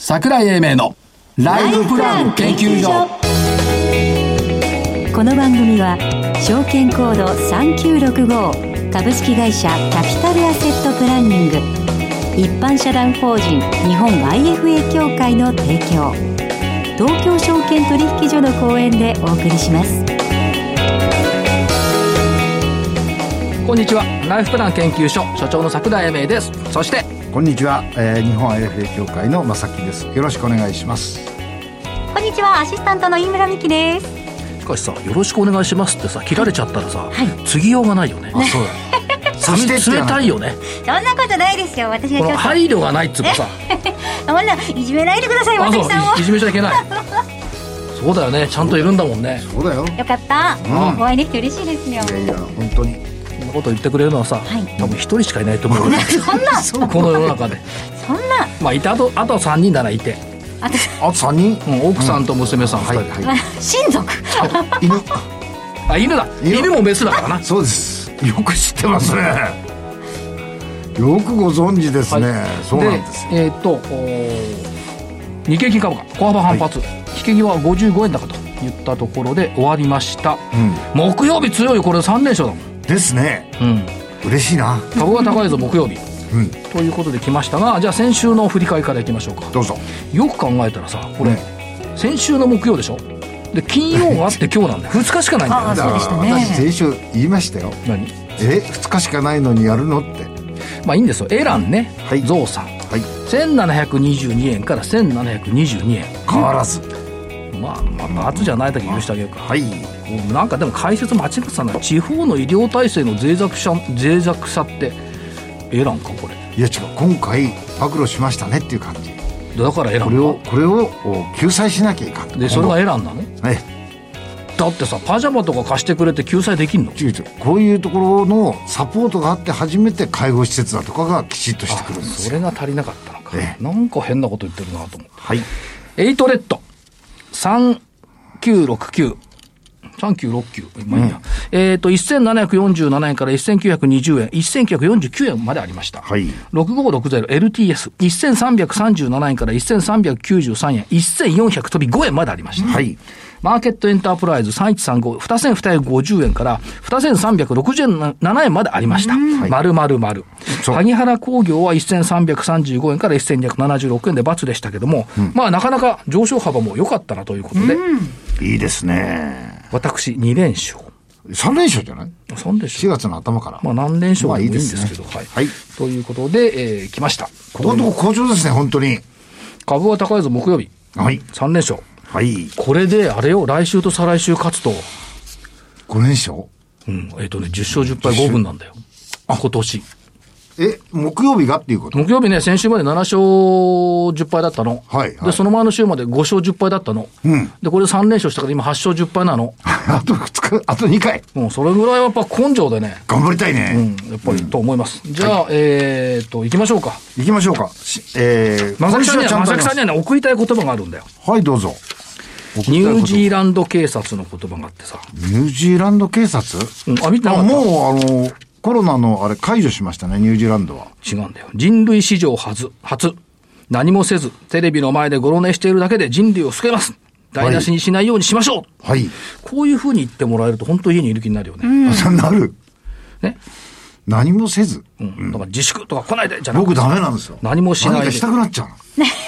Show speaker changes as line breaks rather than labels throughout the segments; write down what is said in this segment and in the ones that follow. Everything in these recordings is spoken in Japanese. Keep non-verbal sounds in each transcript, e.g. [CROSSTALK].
桜井英明のライフプラン研究所
この番組は証券コード3965株式会社キャピタルアセットプランニング一般社団法人日本 IFA 協会の提供東京証券取引所の講演でお送りします
こんにちはライフプラン研究所所長の桜井英明ですそして
こんにちは、えー日本 IFA 協会の正木です。よろしくお願いします。
こんにちはアシスタントの飯村美希です
しかしさ「よろしくお願いします」ってさ切られちゃったらさ、
はい
継ぎようがないよね
あ、そう
[LAUGHS]
だ。
冷め冷たいよね
そんなことないですよ私が
こ
ちょ
の
っ
配慮がないっつうかさ
とそんないじめないでください
あ
私
そう
さんを
いいじめちゃい
[LAUGHS]
けないそうだよねちゃんといるんだもんね
そうだ
[LAUGHS]
よ。
よかった、
うん
お会いできて嬉しいですよ
いやいや、本当に。
こんなこと言ってくれるのはさ、
はい
多分一人しかいないと思う
[LAUGHS]
よね [LAUGHS]
そんな
この世の中で
そんな
まあいてあとあと3人ならいて、
あと三人。
うん、奥さんと娘さん2
はい
人、
は
親族
い。犬。
あ犬だ
犬
犬もメスだからな
そうです。よく知ってますね。よくご存知ですね。
はい
そうなんですよ。
えーっとおー日経金株価小幅反発、引け際は55円高と言ったところで終わりました、木曜日強いよこれ3連勝だもん、
ですね。嬉しいな。
株が高いぞ木曜日 [LAUGHS]
うん。
ということで来ましたがじゃあ先週の振り返りからいきましょうか
どうぞ。
よく考えたらさこれ、
ね
先週の木曜でしょで金曜があって今日な
[LAUGHS]
んだよ2日しかないんだよ
あ
ね
そうでしたね
私先週言いましたよ。
何
え、二日しかないのにやるのって。
まあいいんですよエランね、
はい
ゾウさん
はい。
1722円から1722円
変わらず。
まあまあ罰じゃないだけ許してあげようか、
はい。
なんかでも解説間違ってたな地方の医療体制の脆弱さ脆弱さってエランかこれ
いや違う。今回暴露しましたねっていう感じ。
だからエラン
こ
か
れをこれをお救済しなきゃいかんと
でそれがエランなの
ね
だってさパジャマとか貸してくれて救済できんの
違う違うこういうところのサポートがあって初めて介護施設だとかがきちっとしてくるんです
そ
よ
れが足りなかったのか、
ええ
なんか変なこと言ってるなと思っ
はい
てエイトレッド3969 3969まあいいや、えっ、と1747円から1920円1949円までありました、
はい
6560LTS1337 円から1393円1400飛び5円までありました、
はい
マーケットエンタープライズ3135、2250円から2367円までありました。丸々丸。
そう
萩原工業は1335円から1276円で×でしたけども、まあなかなか上昇幅も良かったなということで、
いいですね
私2連勝。
3連勝じゃない
そんでし
4
ょ
月の頭から
まあ何連勝
ま
でもいい
あいい
ん
で
です
す
けど、
ね
はい、
はい
ということで、えー来ました。
ここのとこ好調ですね本当に
株は高いぞ、木曜日。
はい
3連勝。
はい
これで、あれを来週と再来週勝つと、
5連勝
うん、えっ、とね、10勝10敗5分なんだよ。今年。
え木曜日がっていうこと
木曜日ね、先週まで7勝10敗だったの。
はいはい
で、その前の週まで5勝10敗だったの。
うん
で、これで3連勝したから今8勝10敗なの。
あと2日あと2回
もうそれぐらいはやっぱ根性でね。
頑張りたいね、
うん、やっぱりと思います。じゃあ、えーと、行きましょうか。
行きましょうかしえー
まさきさんに
今週
は、ま
あ
さ
り
き
ま
さ
す
んにはね、送りたい言葉があるんだよ。
はいどうぞ
ニュージーランド警察の言葉があってさ。
ニュージーランド警察
うん、あ、見てなか
あ
った
もう、あの、コロナのあれ解除しましたね、ニュージーランドは。
違うんだよ。人類史上初、初。何もせず、テレビの前でゴロ寝しているだけで人類を救えます。台無しにしないようにしましょう、
はい。
こういうふうに言ってもらえると、本当家にいる気になるよね。
なる。
ね。
何もせず。
うん。だから自粛とか来ないで、じゃなく
僕
て。
ダメなんですよ。
何もしないで
何かしたくなっちゃう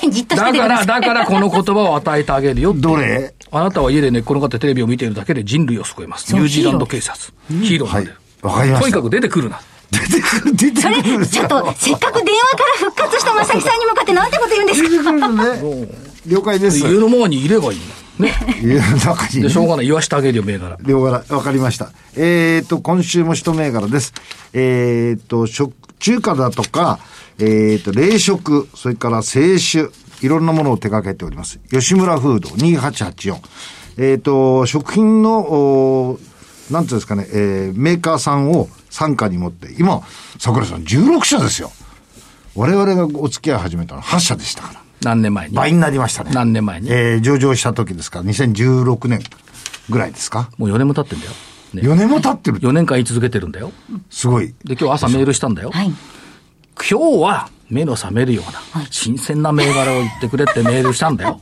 の。
じっとして
だ
て
か
くださ
ら、
い
[LAUGHS] だからこの言葉を与えてあげるよって。
どれ
あなたは家で寝っ転がってテレビを見ているだけで人類を救えます。ニュージーランド警察。ヒーローなんだよ。
はいわかりました
とにかく出てくるな。
出てくる、出て
そ
く
れ
る。
ちょっとせっかく電話から復活した正木さんに向かってなんてこと言うんです
出
か
てくるね。了解です。
家の前にいればいいのね。
家の中にね
で、しょうがない。言わしてあげるよ、銘柄。
両柄、わかりました。えーと、今週も一銘柄です。えーと、食、中華だとか、えーと、冷食、それから清酒、いろんなものを手掛けております。吉村フード2884。えーと、食品の、おーなんていうんですかね、えーメーカーさんを傘下に持って、今、桜井さん16社ですよ。我々がお付き合い始めたの8社でしたから。
何年前に。
倍になりましたね。
何年前に
えー上場した時ですから、2016年ぐらいですか。
もう4年も経ってんだよ。ね
4年も経ってる
4年間言い続けてるんだよ。
すごい。 [LAUGHS]
で、今日朝メールしたんだよ。
はい
今日は目の覚めるような、新鮮な銘柄を言ってくれってメールしたんだよ。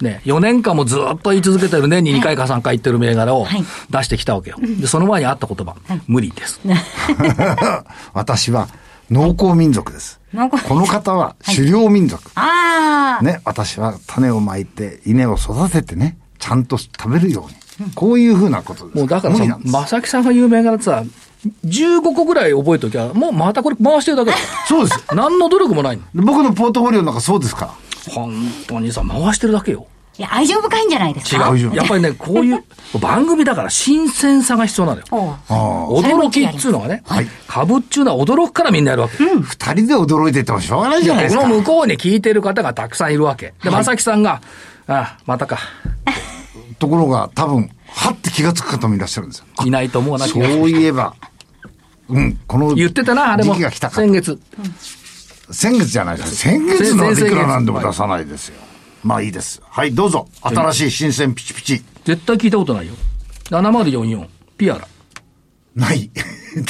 ね、4年間もずっと言い続けてる年に2回か3回言ってる銘柄を
はい
出してきたわけよ。で、その前にあった言葉、無理です。
私は農耕民族です。
農耕民族
この方は狩猟民族。
ああ、
ね、私は種をまいて、稲を育ててね、ちゃんと食べるように。こういうふうなことです。
もうだから
無
さ
理なん、です。
正木さんが有名なやつは、15個ぐらい覚えておきゃ、もうまたこれ回してるだけだよ。
そうです。
何の努力もないの。
僕のポートフォリオなんかそうですか
本当にさ、回してるだけよ。
いや、愛情深いんじゃないです
違
か。
あ
う。やっぱりね、こういう番組だから新鮮さが必要なのよ。
おう
ああ。
驚きっつうのがね、株っちゅうのは驚くからみんなやるわけ。
二人で驚いててもしょうがないじゃないです
こ
か。
の向こうに聞いてる方がたくさんいるわけ。で、正木さんが、ああ、またか、
ところが多分、はって気がつく方もいらっしゃるんですよ。
いないと思わなき
そ
ゃ
ういえば、うん、この
言ってたな、あれも。
時期が来たか
先。月。
先月じゃないです。先月
先
の
々
い
月
くらなんでも出さないですよ。まあいいです。はい、どうぞ。新しい新鮮ピチピチ。
絶対聞いたことないよ。7044、ピアラ。 [LAUGHS]
ない。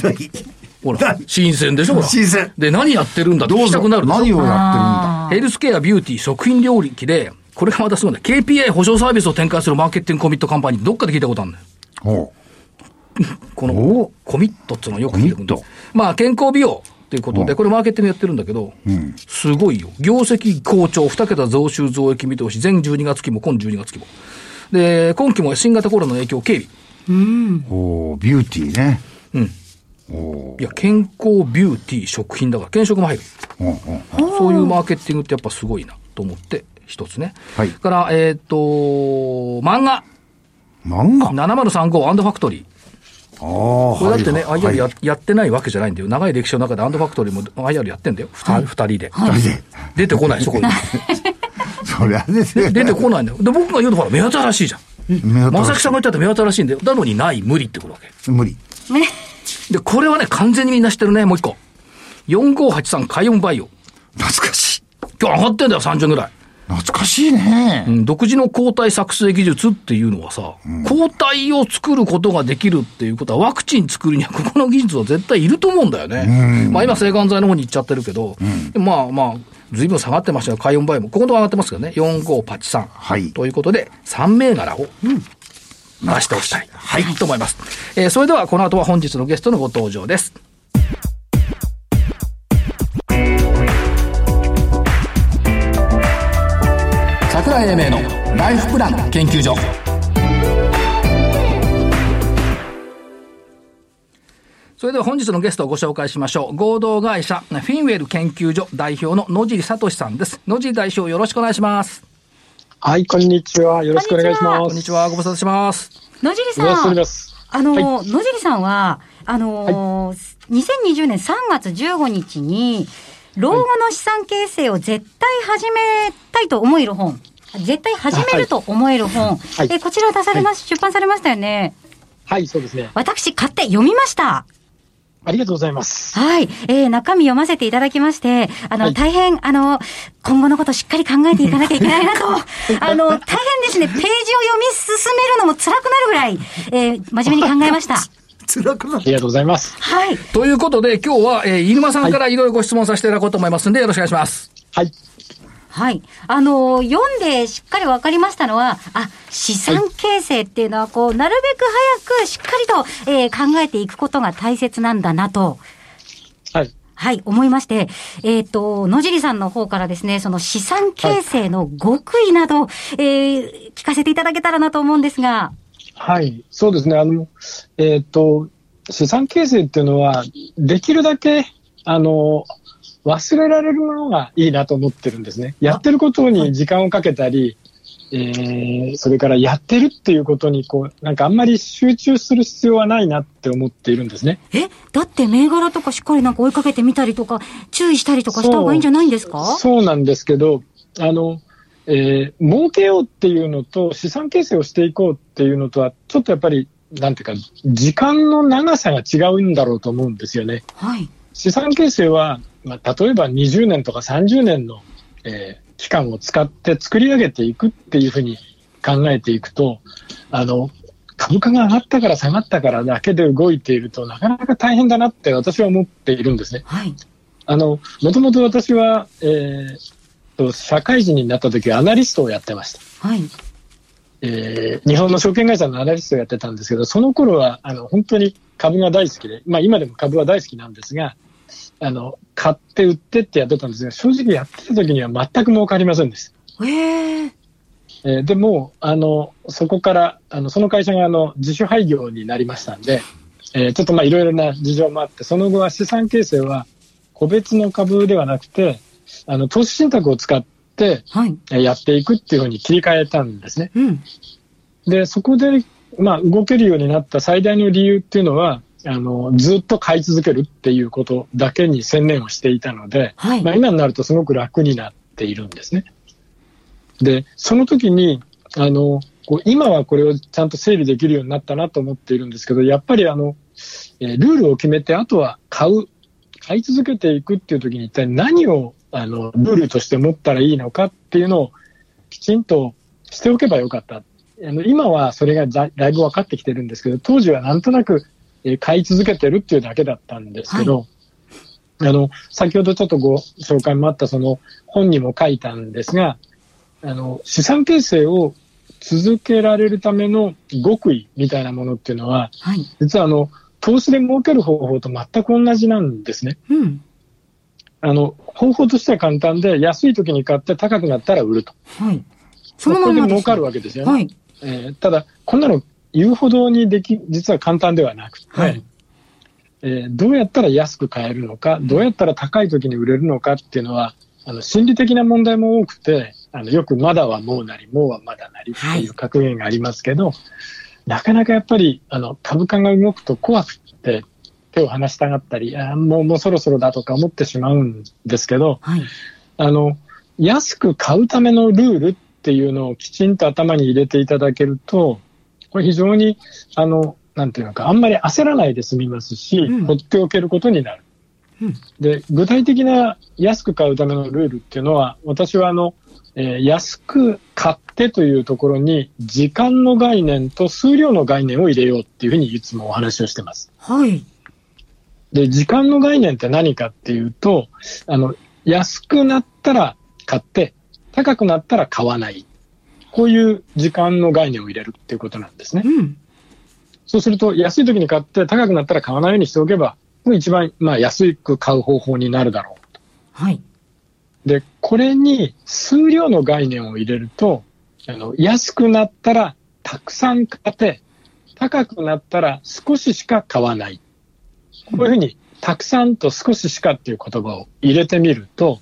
ない。
ほら、新鮮でしょ、ほら。
新鮮
で、何やってるんだって
ど
聞
う
き
ぞ。
たくなるでしょ
何をや
ヘルスケア、ビューティー、食品料理で、これがまたすごいんだ。KPI 保証サービスを展開するマーケティングコミットカンパニー、どっかで聞いたことあるんだよ。
ってるんだ。おう
こ
お
の
う
コミットっていうのをよく聞いてくるんで
コミ
す。まあ、健康美容ということで、これマーケティングやってるんだけど、すごいよ。業績好調、2桁増収増益見通し、前12月期も今12月期も。で、今期も新型コロナの影響、警備。
おうビューティーね。
うん。
おう
いや、健康、ビューティー、食品だから、兼職も入る。
うんうん
そういうマーケティングってやっぱすごいなと思って、一つね。
はい
それから、えっ、と、漫画、
漫画
7035アンドファクトリー。
ああ、
これだってね、
はい
IR や,、
はい
やってないわけじゃないんだよ。長い歴史の中でアンドファクトリーも IR やってんだよ。二人二人で、
二人で。
出てこない、そこに。
そりゃね、
出てこないんだよ。で、僕が言うとほら、目新しいじゃん。
ま
正木さんが言ったって目新しいんだよ。なのにない、無理ってくるわけ。
無理。
ね
で、これはね、完全にみんな知ってるね、もう一個。4583海運バイオ。
懐かしい。
今日上がってんだよ、30ぐらい。
懐かしいね。
うん独自の抗体作成技術っていうのはさ、抗体を作ることができるっていうことは、ワクチン作るにはここの技術は絶対いると思うんだよね。まあ今、制汗剤の方に行っちゃってるけど、まあまあ、ずいぶん下がってましたよ、海4倍も。ここのとこ上がってますけどね、4583。
はい
ということで、3銘柄を出しておきたい。はい。と思います。えーそれではこの後は本日のゲストのご登場です。桜井英明のライフプラン研究所それでは本日のゲストをご紹介しましょう合同会社フィンウェル研究所代表の野尻聡さんです野尻代表よろしくお願いします
はい、こんにちは。よろしくお願いします。
こんにちはご無沙汰します
野尻さ
よろしくお願いし
ん
ま、す。
あの、
はい
野尻さんは、あの2020年3月15日に、老後の資産形成を絶対始めたいと思える本、絶対始めると思える本、
い
えこちら出されまし、出版されましたよね。
はい、そうですね。
私買って読みました。
ありがとうございます。
はい。えー、中身読ませていただきまして、あの、
はい
大変、あの、今後のことしっかり考えていかなきゃいけない
[LAUGHS]
なと。あの、大変ですね。ページを読み進めるのも辛くなるぐらい、えー、真面目に考えま
[LAUGHS]
した。
辛くな
ありがとうございます。
はい。
ということで今日は、えー、入間さんからいろいろご質問させていただこうと思いますんでよろしくお願いします
はい。
はい。あの、読んでしっかり分かりましたのは、あ、資産形成っていうのは、こう、なるべく早くしっかりと、えー考えていくことが大切なんだなと。
はい。
はい、思いまして、えっ、と、野尻さんの方からですね、その資産形成の極意など、えー聞かせていただけたらなと思うんですが、
はい。そうですね。あの、えっ、と、資産形成っていうのは、できるだけ、あの、忘れられるものがいいなと思ってるんですね。やってることに時間をかけたり、えーそれからやってるっていうことに、こう、なんかあんまり集中する必要はないなって思っているんですね。
え、だって銘柄とかしっかりなんか追いかけてみたりとか、注意したりとかした方がいいんじゃないんですか
そうなんですけど、あの、えー儲けようっていうのと、資産形成をしていこうっていうのとは、ちょっとやっぱり、なんていうか、時間の長さが違うんだろうと思うんですよね。
はい。
資産形成は、まあ、例えば20年とか30年の、えー期間を使って作り上げていくっていうふうに考えていくと、あの、株価が上がったから下がったからだけで動いていると、なかなか大変だなって私は思っているんですね。
はい。
ああの、もともと私は、えーと、社会人になった時はアナリストをやってました。
はい。
えー日本の証券会社のアナリストをやってたんですけど、その頃はあの本当に株が大好きで、まあ、今でも株は大好きなんですが、あの買って売ってってやってたんですが、正直やってた時には全く儲かりませんでした。
ええ。
えーでもあの、そこからあの、その会社があの自主廃業になりましたんで、えーちょっとまあいろいろな事情もあって、その後は資産形成は個別の株ではなくて、あの投資信託を使って
はい。
えーやっていくっていうふうに切り替えたんですね。
うん。
で、そこで、まあ、動けるようになった最大の理由っていうのは、あの、ずっと買い続けるっていうことだけに専念をしていたので、
はい
まあ、今になるとすごく楽になっているんですね。で、その時に、あの、こう今はこれをちゃんと整理できるようになったなと思っているんですけど、やっぱりあの、えールールを決めて、あとは買う、買い続けていくっていう時に一体何を、あの、ルールとして持ったらいいのかっていうのをきちんとしておけばよかった。あの今はそれがだだいぶ分かってきてるんですけど、当時はなんとなく、えー買い続けてるっていうだけだったんですけど、あの、先ほどちょっとご紹介もあったその本にも書いたんですが、あの、資産形成を続けられるための極意みたいなものっていうのは、
はい。
実はあの、投資で儲ける方法と全く同じなんですね。
うん。
あの、方法としては簡単で、安い時に買って高くなったら売ると。
はい。そのまんま
これ
で
で
す
儲かるわけですよね。
はい。
えーただ、こんなの言うほどにでき、実は簡単ではなくて、
はい
えーどうやったら安く買えるのか、どうやったら高い時に売れるのかっていうのは、あの心理的な問題も多くて、あのよくまだはもうなり、もうはまだなりっていう格言がありますけど、なかなかやっぱりあの株価が動くと怖くて、手を離したがったり、あーもうもうそろそろだとか思ってしまうんですけど、
はい。
あの、安く買うためのルールっていうのをきちんと頭に入れていただけると、これ非常に、あの、なんていうのか、あんまり焦らないで済みますし、
うん
放っておけることになる。
うん
で、具体的な安く買うためのルールっていうのは、私はあの、えー安く買ってというところに、時間の概念と数量の概念を入れようっていうふうにいつもお話をしてます。
はい。
で、時間の概念って何かっていうと、あの、安くなったら買って、高くなったら買わない。こういう時間の概念を入れるっていうことなんですね
う。ん。
そうすると、安い時に買って、高くなったら買わないようにしておけば、一番、まあ、安く買う方法になるだろう。
はい。
で、これに数量の概念を入れると、あの、安くなったらたくさん買って、高くなったら少ししか買わない。こういうふうに、たくさんと少ししかっていう言葉を入れてみると、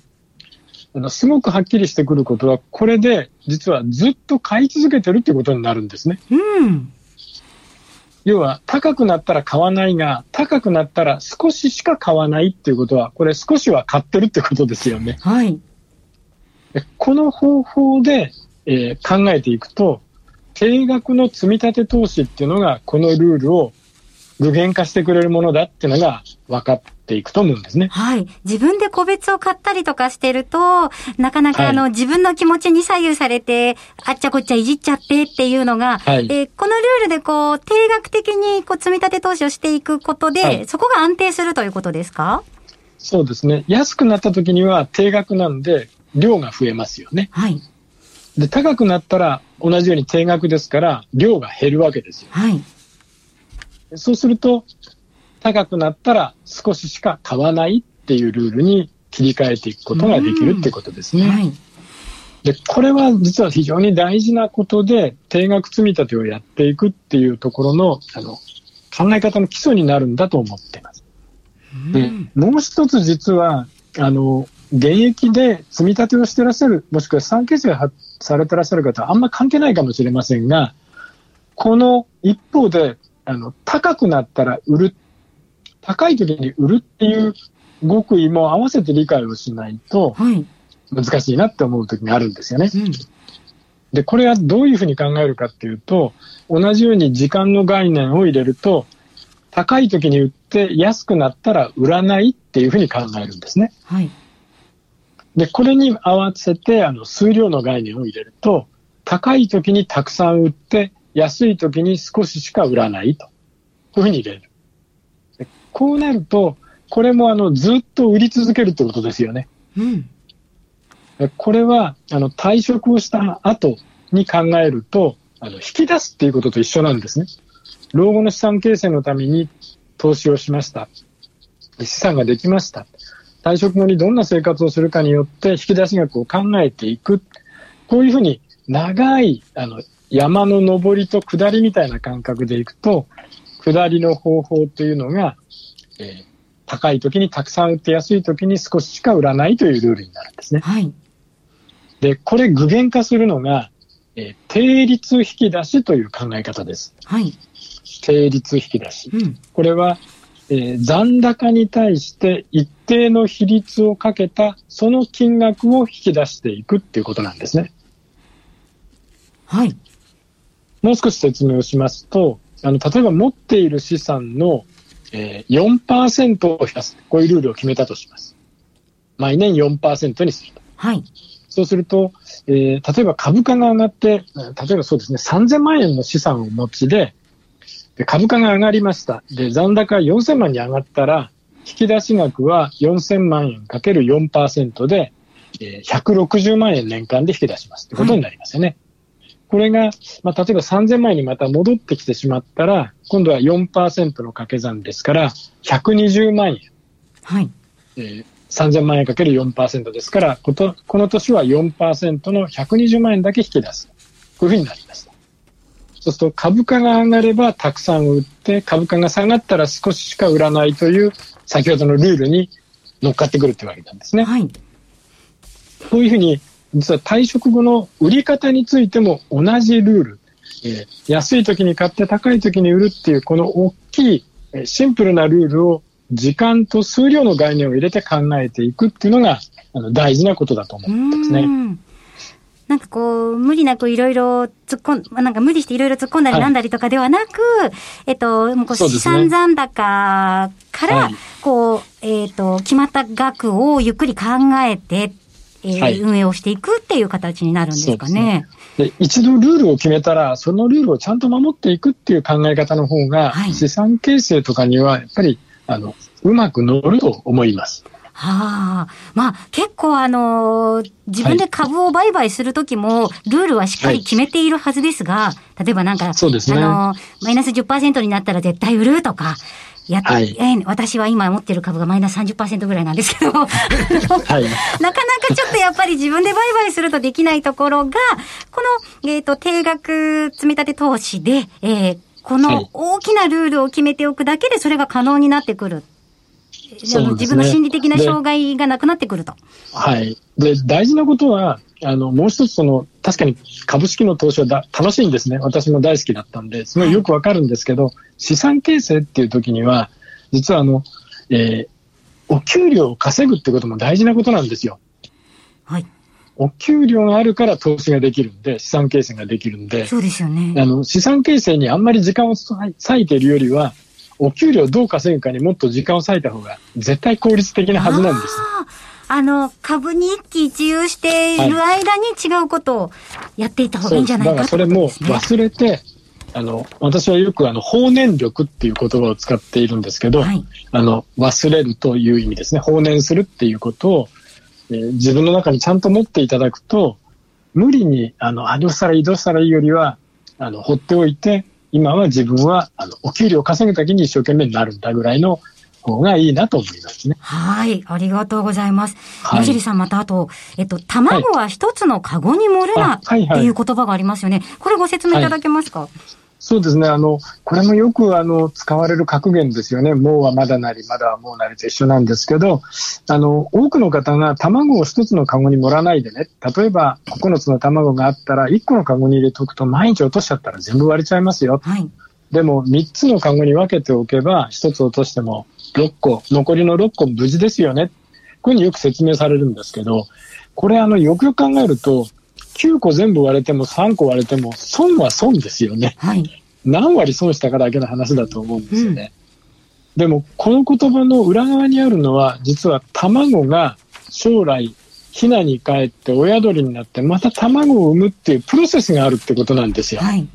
あの、すごくはっきりしてくることは、これで実はずっと買い続けてるっていうことになるんですね。
うん。
要は、高くなったら買わないが、高くなったら少ししか買わないっていうことは、これ少しは買ってるってことですよね。
はい。
でこの方法で、えー考えていくと、定額の積み立て投資っていうのが、このルールを具現化してくれるものだっていうのが分かっていくと思うんですね。
はい。自分で個別を買ったりとかしてると、なかな
は
か
い
あの、自分の気持ちに左右されて、あっちゃこっちゃいじっちゃってっていうのが、
はい
えーこのルールでこう、定額的にこう、積み立て投資をしていくことで、
はい
そこが安定するということですか
そうですね。安くなった時には定額なんで、量が増えますよね。
はい。
で、高くなったら同じように定額ですから、量が減るわけですよ。
はい。
そうすると、高くなったら少ししか買わないっていうルールに切り替えていくことができるってことですね。
はい。
で、これは実は非常に大事なことで、定額積み立てをやっていくっていうところの、あの、考え方の基礎になるんだと思っています。で、もう一つ実は、あの、現役で積み立てをしてらっしゃる、もしくは資産形成をはされてらっしゃる方はあんま関係ないかもしれませんが、この一方で、あの、高くなったら売る、高い時に売るっていう極意も合わせて理解をしないと
はい。
難しいなって思う時があるんですよね。
うん。
で、これはどういうふうに考えるかっていうと、同じように時間の概念を入れると、高い時に売って安くなったら売らないっていうふうに考えるんですね。
はい。
で、これに合わせて、あの、数量の概念を入れると、高い時にたくさん売って、安い時に少ししか売らないと。こういうふうに入れる。でこうなると、これもあのずっと売り続けるってことですよね。
うん。
これはあの退職をした後に考えるとあの引き出すっていうことと一緒なんですね。老後の資産形成のために投資をしました。資産ができました。退職後にどんな生活をするかによって引き出し額を考えていく。こういうふうに長いあの山の上りと下りみたいな感覚でいくと、下りの方法というのが、えー高い時にたくさん売って安い時に少ししか売らないというルールになるんですね。
はい。
で、これ具現化するのが、えー定率引き出しという考え方です。
はい。
定率引き出し
う。ん。
これは、えー残高に対して一定の比率をかけた、その金額を引き出していくっていうことなんですね。
はい。
もう少し説明をしますと、あの例えば持っている資産の、えー、4%を引かす。こういうルールを決めたとします。毎年4%にすると。
はい。
そうすると、えー例えば株価が上がって、うん例えばそうですね、3000万円の資産をお持ちで、で株価が上がりました。で、残高が4000万に上がったら、引き出し額は4000万円かける4%で、えー160万円年間で引き出しますってことになりますよね。これが、まあ、例えば3000万円にまた戻ってきてしまったら、今度は4%の掛け算ですから、120万円。
はい。
えー3000万円かける4%ですから、ことこの年は4%の120万円だけ引き出す。こういうふうになりました。そうすると株価が上がればたくさん売って、株価が下がったら少ししか売らないという、先ほどのルールに乗っかってくるというわけなんですね。
はい。
こういうふうに、実は退職後の売り方についても同じルール、えー安い時に買って高い時に売るっていう、この大きい、えーシンプルなルールを時間と数量の概念を入れて考えていくっていうのが、あの大事なことだと思
うー
うんですね。
ん。なんかこう、無理なくいろいろ突っ込ん、まあなんか無理していろいろ突っ込んだり
はい
なんだりとかではなく、えっと、もうこう、
そうです
資
ね
産残高から、
はい
こう、えっと、決まった額をゆっくり考えて、えー
はい
運営をしていくっていう形になるんですかね。
で一度ルールを決めたら、そのルールをちゃんと守っていくっていう考え方の方が、
はい
資産形成とかにはやっぱりあのうまく乗ると思い
[LAUGHS]
ます。
はあ。まあ、結構あのー自分で株を売買するときも、ルールはしっかり決めているはずですが、例えばなんか、
そうですね
あのーマイナス10%になったら絶対売るとか、やっ、
はい
えー私は今持ってる株がマイナス30%ぐらいなんですけど、あの
はい
[LAUGHS] なかなかちょっとやっぱり自分で売買するとできないところが、この、えっ、と、定額積立投資で、えーこ
は
の
い
大きなルールを決めておくだけでそれが可能になってくる。
そうですね
あの自分の心理的な障害がなくなってくると。
はい。で、大事なことは、あの、もう一つその、確かに株式の投資はだ楽しいんですね。私も大好きだったんで、すごいよくわかるんですけど、資産形成っていう時には、実はあの、えーお給料を稼ぐってことも大事なことなんですよ。
はい。
お給料があるから投資ができるんで、資産形成ができるんで、
そうですよね。
あの、資産形成にあんまり時間を割いているよりは、お給料をどう稼ぐかにもっと時間を割いた方が絶対効率的なはずなんです。
あーあの、株に一喜一憂している間に違うことをやっていった方がいいんじゃない
だか
からってこ
それ
と
も
ですね。
忘れて、あの、私はよくあの、放念力っていう言葉を使っているんですけど、
はい。
あの、忘れるという意味ですね。放念するっていうことを、えー自分の中にちゃんと持っていただくと、無理に、あの、あ、どうしたらいい、どうしたらいいよりは、あの、放っておいて、今は自分は、あの、お給料を稼ぐだけに一生懸命になるんだぐらいの方がいいなと思いますね。
はい。ありがとうございます。
はい
野尻さん、またあと、えっと、卵は一つのカゴに盛るなっ
あはいはい
ていう言葉がありますよね。これご説明いただけますか、
そうですね。あの、これもよくあの、使われる格言ですよね。もうはまだなり、まだはもうなりと一緒なんですけど、あの、多くの方が卵を一つのカゴに盛らないでね、例えば9つの卵があったら、1個のカゴに入れておくと毎日落としちゃったら全部割れちゃいますよ。
はい。
でも、3つのカゴに分けておけば、1つ落としても6個、残りの6個無事ですよね。こういうふうによく説明されるんですけど、これあの、よくよく考えると、9個全部割れても3個割れても、損は損ですよね。
はい。
何割損したかだけの話だと思うんですよね。でも、この言葉の裏側にあるのは、実は卵が将来、ヒナに帰って親鳥になって、また卵を産むっていうプロセスがあるってことなんですよ。
はい。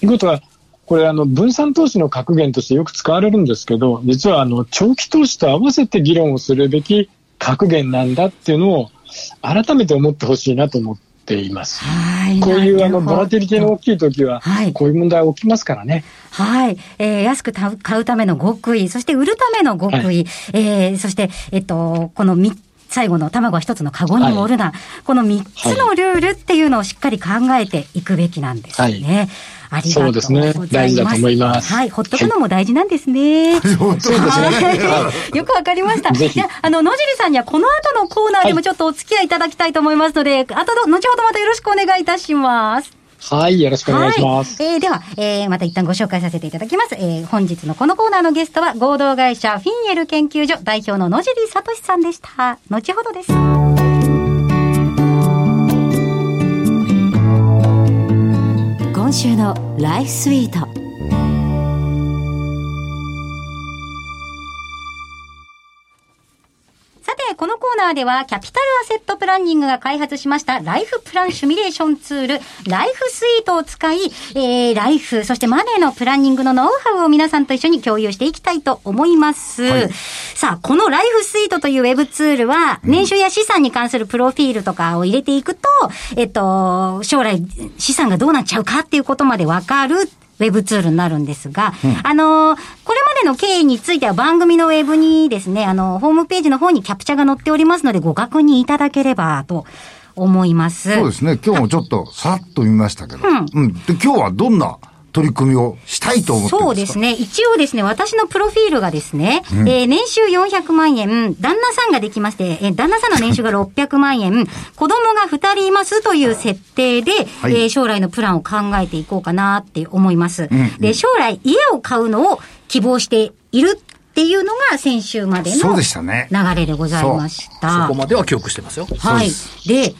ということは、これあの分散投資の格言としてよく使われるんですけど、実はあの長期投資と合わせて議論をするべき格言なんだっていうのを改めて思ってほしいなと思っています。
はい。
こういうあ
なる
の
ほ
ボ
ど
ラティリティの大きい時は
はい、
こういう問題起きますからね。
はい。えー安くた買うための極意、そして売るための極意、
は
えーそして、えっと、このみ最後の卵は一つのカゴに盛るな、この三つのルールっていうのをしっかり考えていくべきなんですね。ありがとうございます。
そうですね大事だと思います
はい。ほっとくのも大事なんですね。
そうですね
はいよくわかりました。
ぜひ
じゃあ、あの、野尻さんにはこの後のコーナーでもちょっとお付き合いいただきたいと思いますので、あとど、後ほどまたよろしくお願いいたします。
はい、よろしくお願いします。
はい、えーでは、えーまた一旦ご紹介させていただきます。えー本日のこのコーナーのゲストは、合同会社フィンエル研究所代表の野尻聡さんでした。後ほどです。
今週のライフスイート
さて、このコーナーでは、キャピタルアセットプランニングが開発しました、ライフプランシミュレーションツール、ライフスイートを使い、えー、ライフ、そしてマネーのプランニングのノウハウを皆さんと一緒に共有していきたいと思います。さあ、このライフスイートというウェブツールは、年収や資産に関するプロフィールとかを入れていくと、えっと、将来資産がどうなっちゃうかっていうことまでわかる。ウェブツールになるんですが、あのーこれまでの経緯については番組のウェブにですね、あの、ホームページの方にキャプチャが載っておりますので、ご確認いただければと思います。
そうですね。今日もちょっとさらっと見ましたけど。うん。で、今日はどんな取り組みをしたいと思ってる
そ
ん
うで
です
す
か
ね。一応ですね、私のプロフィールがですね、えー年収400万円、旦那さんができまして、えー旦那さんの年収
[LAUGHS]
が600万円、子供が2人いますという設定で、
はい
えー将来のプランを考えていこうかなって思います。で、将来家を買うのを希望しているっていうのが先週まで
そう
の
でしたね
流れでございまし
そ
た。
こまでは記憶してますよ。
はい
そ。
で、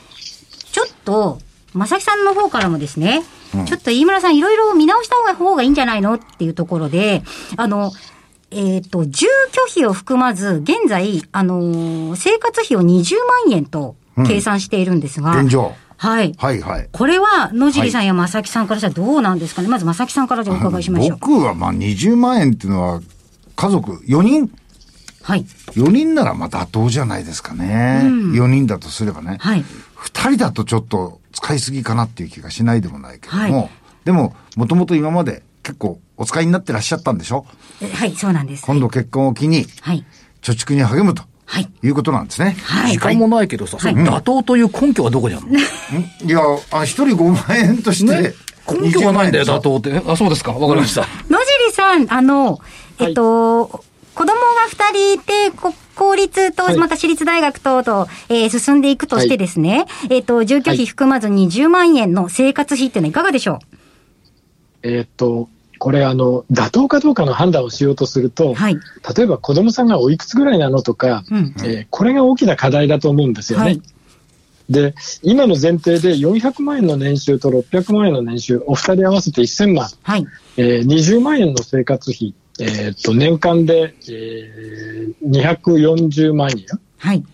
ちょっと、正木さんの方からもですね、ちょっと飯村さんいろいろ見直した方が方がいいんじゃないのっていうところで、あの、えっ、と、住居費を含まず、現在、あのー生活費を20万円と計算しているんですが、
現状。
はい。
はいはい。
これは、野尻さんや正木さんからしたらどうなんですかね、まず正木さんからじゃあお伺いしましょう。
僕はまあ20万円っていうのは、家族4人
はい。
4人ならまあ妥当じゃないですかね。4人だとすればね。
はい
2人だとちょっと使いすぎかなっていう気がしないでもないけども。
はい
でも、もともと今まで結構お使いになってらっしゃったんでしょ
えはい、そうなんです。
今度結婚を機に、
はい。
貯蓄に励むと。
はい。
いうことなんですね。
はい
時。間もないけどさ、
はい
その妥当という根拠はどこにあるの、
んいや、あ、一人5万円として
ね、根拠はないんだよ、
20万
妥
円でし
当
ょ
って。あ、そうですか。わかりました。
野尻さん、あの、
はい
えっと、子供が2人いて、こ公立と
は、い
また私立大学等々、えー進んでいくとしてですね、えっと、住居
は
費
い
含まず20万円の生活費っていうのはいかがでしょう
えーっと、これあの、妥当かどうかの判断をしようとすると、
はい
例えば子供さんがおいくつぐらいなのとか、
うん
えーこれが大きな課題だと思うんですよね。
はい
で、今の前提で400万円の年収と600万円の年収、お二人合わせて1000万、
はい。
えー20万円の生活費、えーっと、年間で、えー240万円。
はい。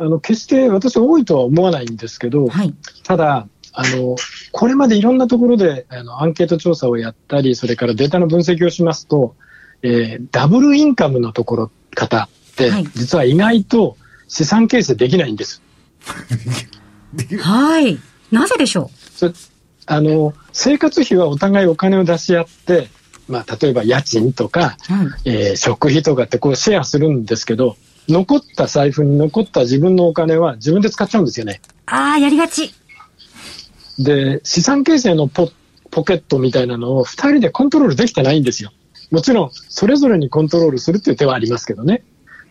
あの、決して私は多いとは思わないんですけど、
はい。
ただあの、これまでいろんなところであのアンケート調査をやったり、それからデータの分析をしますと、えーダブルインカムのところ方って、
はい
実は意外と資産形成できないんです。
はい。なぜでしょ
それあの生活費はお互いお金を出し合って、まあ、例えば家賃とか、
うはい。
えー食費とかってこうシェアするんですけど、残った財布に残った自分のお金は自分で使っちゃうんですよね。
ああ、やりがち。
で、資産形成のポポケットみたいなのを2人でコントロールできてないんですよ。もちろん、それぞれにコントロールするっていう手はありますけどね。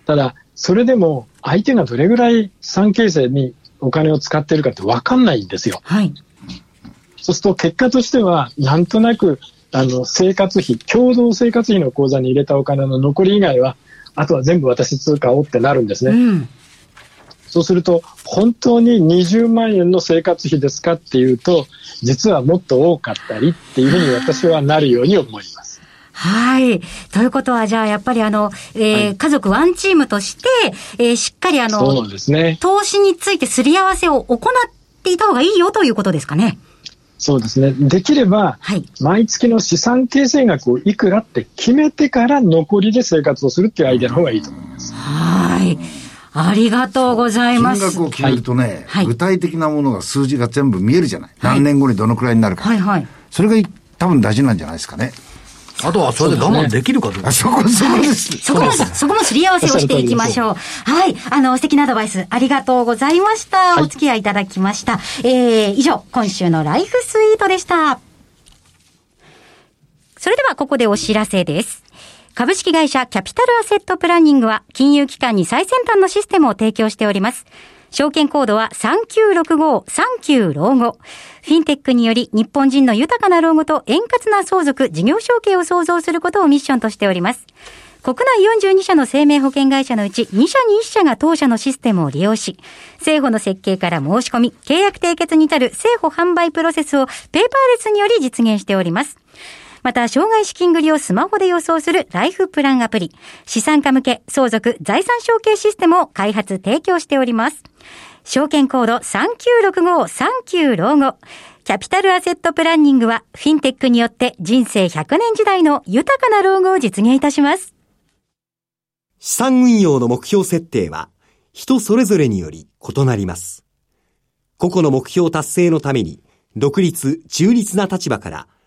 ただ、それでも相手がどれぐらい資産形成にお金を使ってるかって分かんないんですよ。
はい。
そうすると結果としては、なんとなく、あの、生活費、共同生活費の口座に入れたお金の残り以外は、あとは全部私通貨をってなるんですね。
うん。
そうすると、本当に20万円の生活費ですかっていうと、実はもっと多かったりっていうふうに私はなるように思います。
はい。ということは、じゃあ、やっぱりあの、えー家族ワンチームとして、えーしっかりあ
そうな
の
ん、ですね。
投資についてすり合わせを行っていた方がいいよということですかね。
そうですね。できれば、
はい
毎月の資産形成額をいくらって決めてから残りで生活をするっていうアイデアの方がいいと思います。
はい。ありがとうござい
金
ます。
額を決めるとね、
はい
具体的なものが数字が全部見えるじゃない。
はい
何年後にどのくらいになるか。
はいはい。
それが多分大事なんじゃないですかね。
あとはそれで我慢できるかどうか
あ。そこ、そこです。
そこも、そこもすり合わせをしていきましょう。はい。あの、素敵なアドバイス、ありがとうございました。
はい
お付き合いいただきました。えー、以上、今週のライフスイートでした。それではここでお知らせです。株式会社キャピタルアセットプランニングは金融機関に最先端のシステムを提供しております。証券コードは3965、39老後。フィンテックにより日本人の豊かな老後と円滑な相続、事業承継を創造することをミッションとしております。国内42社の生命保険会社のうち2社に1社が当社のシステムを利用し、政府の設計から申し込み、契約締結に至る政府販売プロセスをペーパーレスにより実現しております。また、障害資金繰りをスマホで予想するライフプランアプリ、資産家向け相続財産承継システムを開発提供しております。証券コード3965-39老後。キャピタルアセットプランニングは、フィンテックによって人生100年時代の豊かな老後を実現いたします。
資産運用の目標設定は人それぞれにより異なります。個々の目標達成のために独立、中立な立場から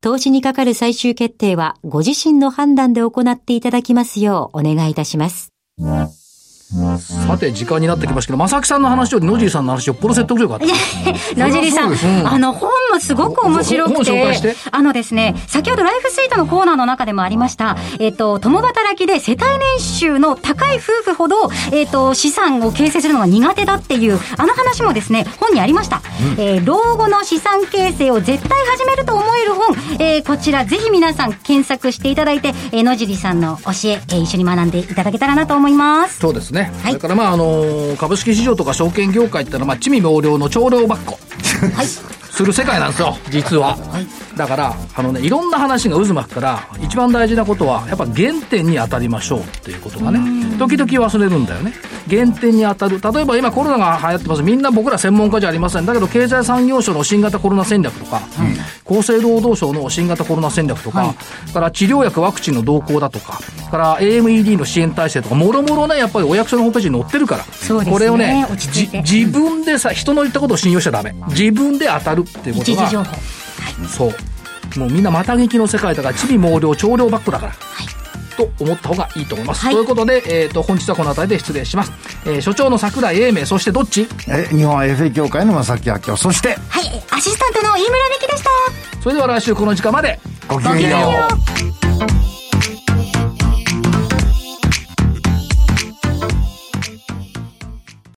投資にかかる最終決定は、ご自身の判断で行っていただきますようお願いいたします。
さて、時間になってきましたけど、正木さんの話より野尻さんの話よっぽど説得力があった。
野尻さん、あの本もすごく面白
本
く
本紹介してて、
あのですね、先ほどライフスイートのコーナーの中でもありました、えっと、共働きで世帯年収の高い夫婦ほど、えっと、資産を形成するのが苦手だっていう、あの話もですね、本にありました。えー老後の資産形成を絶対始めると思える本、えーこちらぜひ皆さん検索していただいて、えー野尻さんの教え、えー一緒に学んでいただけたらなと思います。
そうですね。
は
そ
い
れからまあ、あのー株式市場とか証券業界ってのは、まあ、地味猛量の長量ばっこ。する世界なんですよ、実は。だから、あのね、いろんな話が渦巻くから、一番大事なことは、やっぱ原点に当たりましょうっていうことがね、時々忘れるんだよね。原点に当たる。例えば今コロナが流行ってます。みんな僕ら専門家じゃありません。だけど経済産業省の新型コロナ戦略とか、厚生労働省の新型コロナ戦略とか、それから治療薬ワクチンの動向だとか、それから AMED の支援体制とか、もろもろね、やっぱりお役所のホームページに載ってるから、
うですね
これをね
落ち着い
じ
て
自分でさ、人の言ったことを信用しちゃダメ。自分で当たるっていうこ
一
と
時情
が、
報。
そう。もうみんなまた劇の世界だから、地味猛量、長量バックだから。と思った方がいいと思います。
はい
ということで、えっ、と、本日はこの辺りで失礼します。えー所長の桜井英明、そしてどっち
え、日本 FA 協会の正木明夫。そして、
はい、えーアシスタントの飯村美樹でした。
それでは来週この時間まで。
ごきげんよう。
う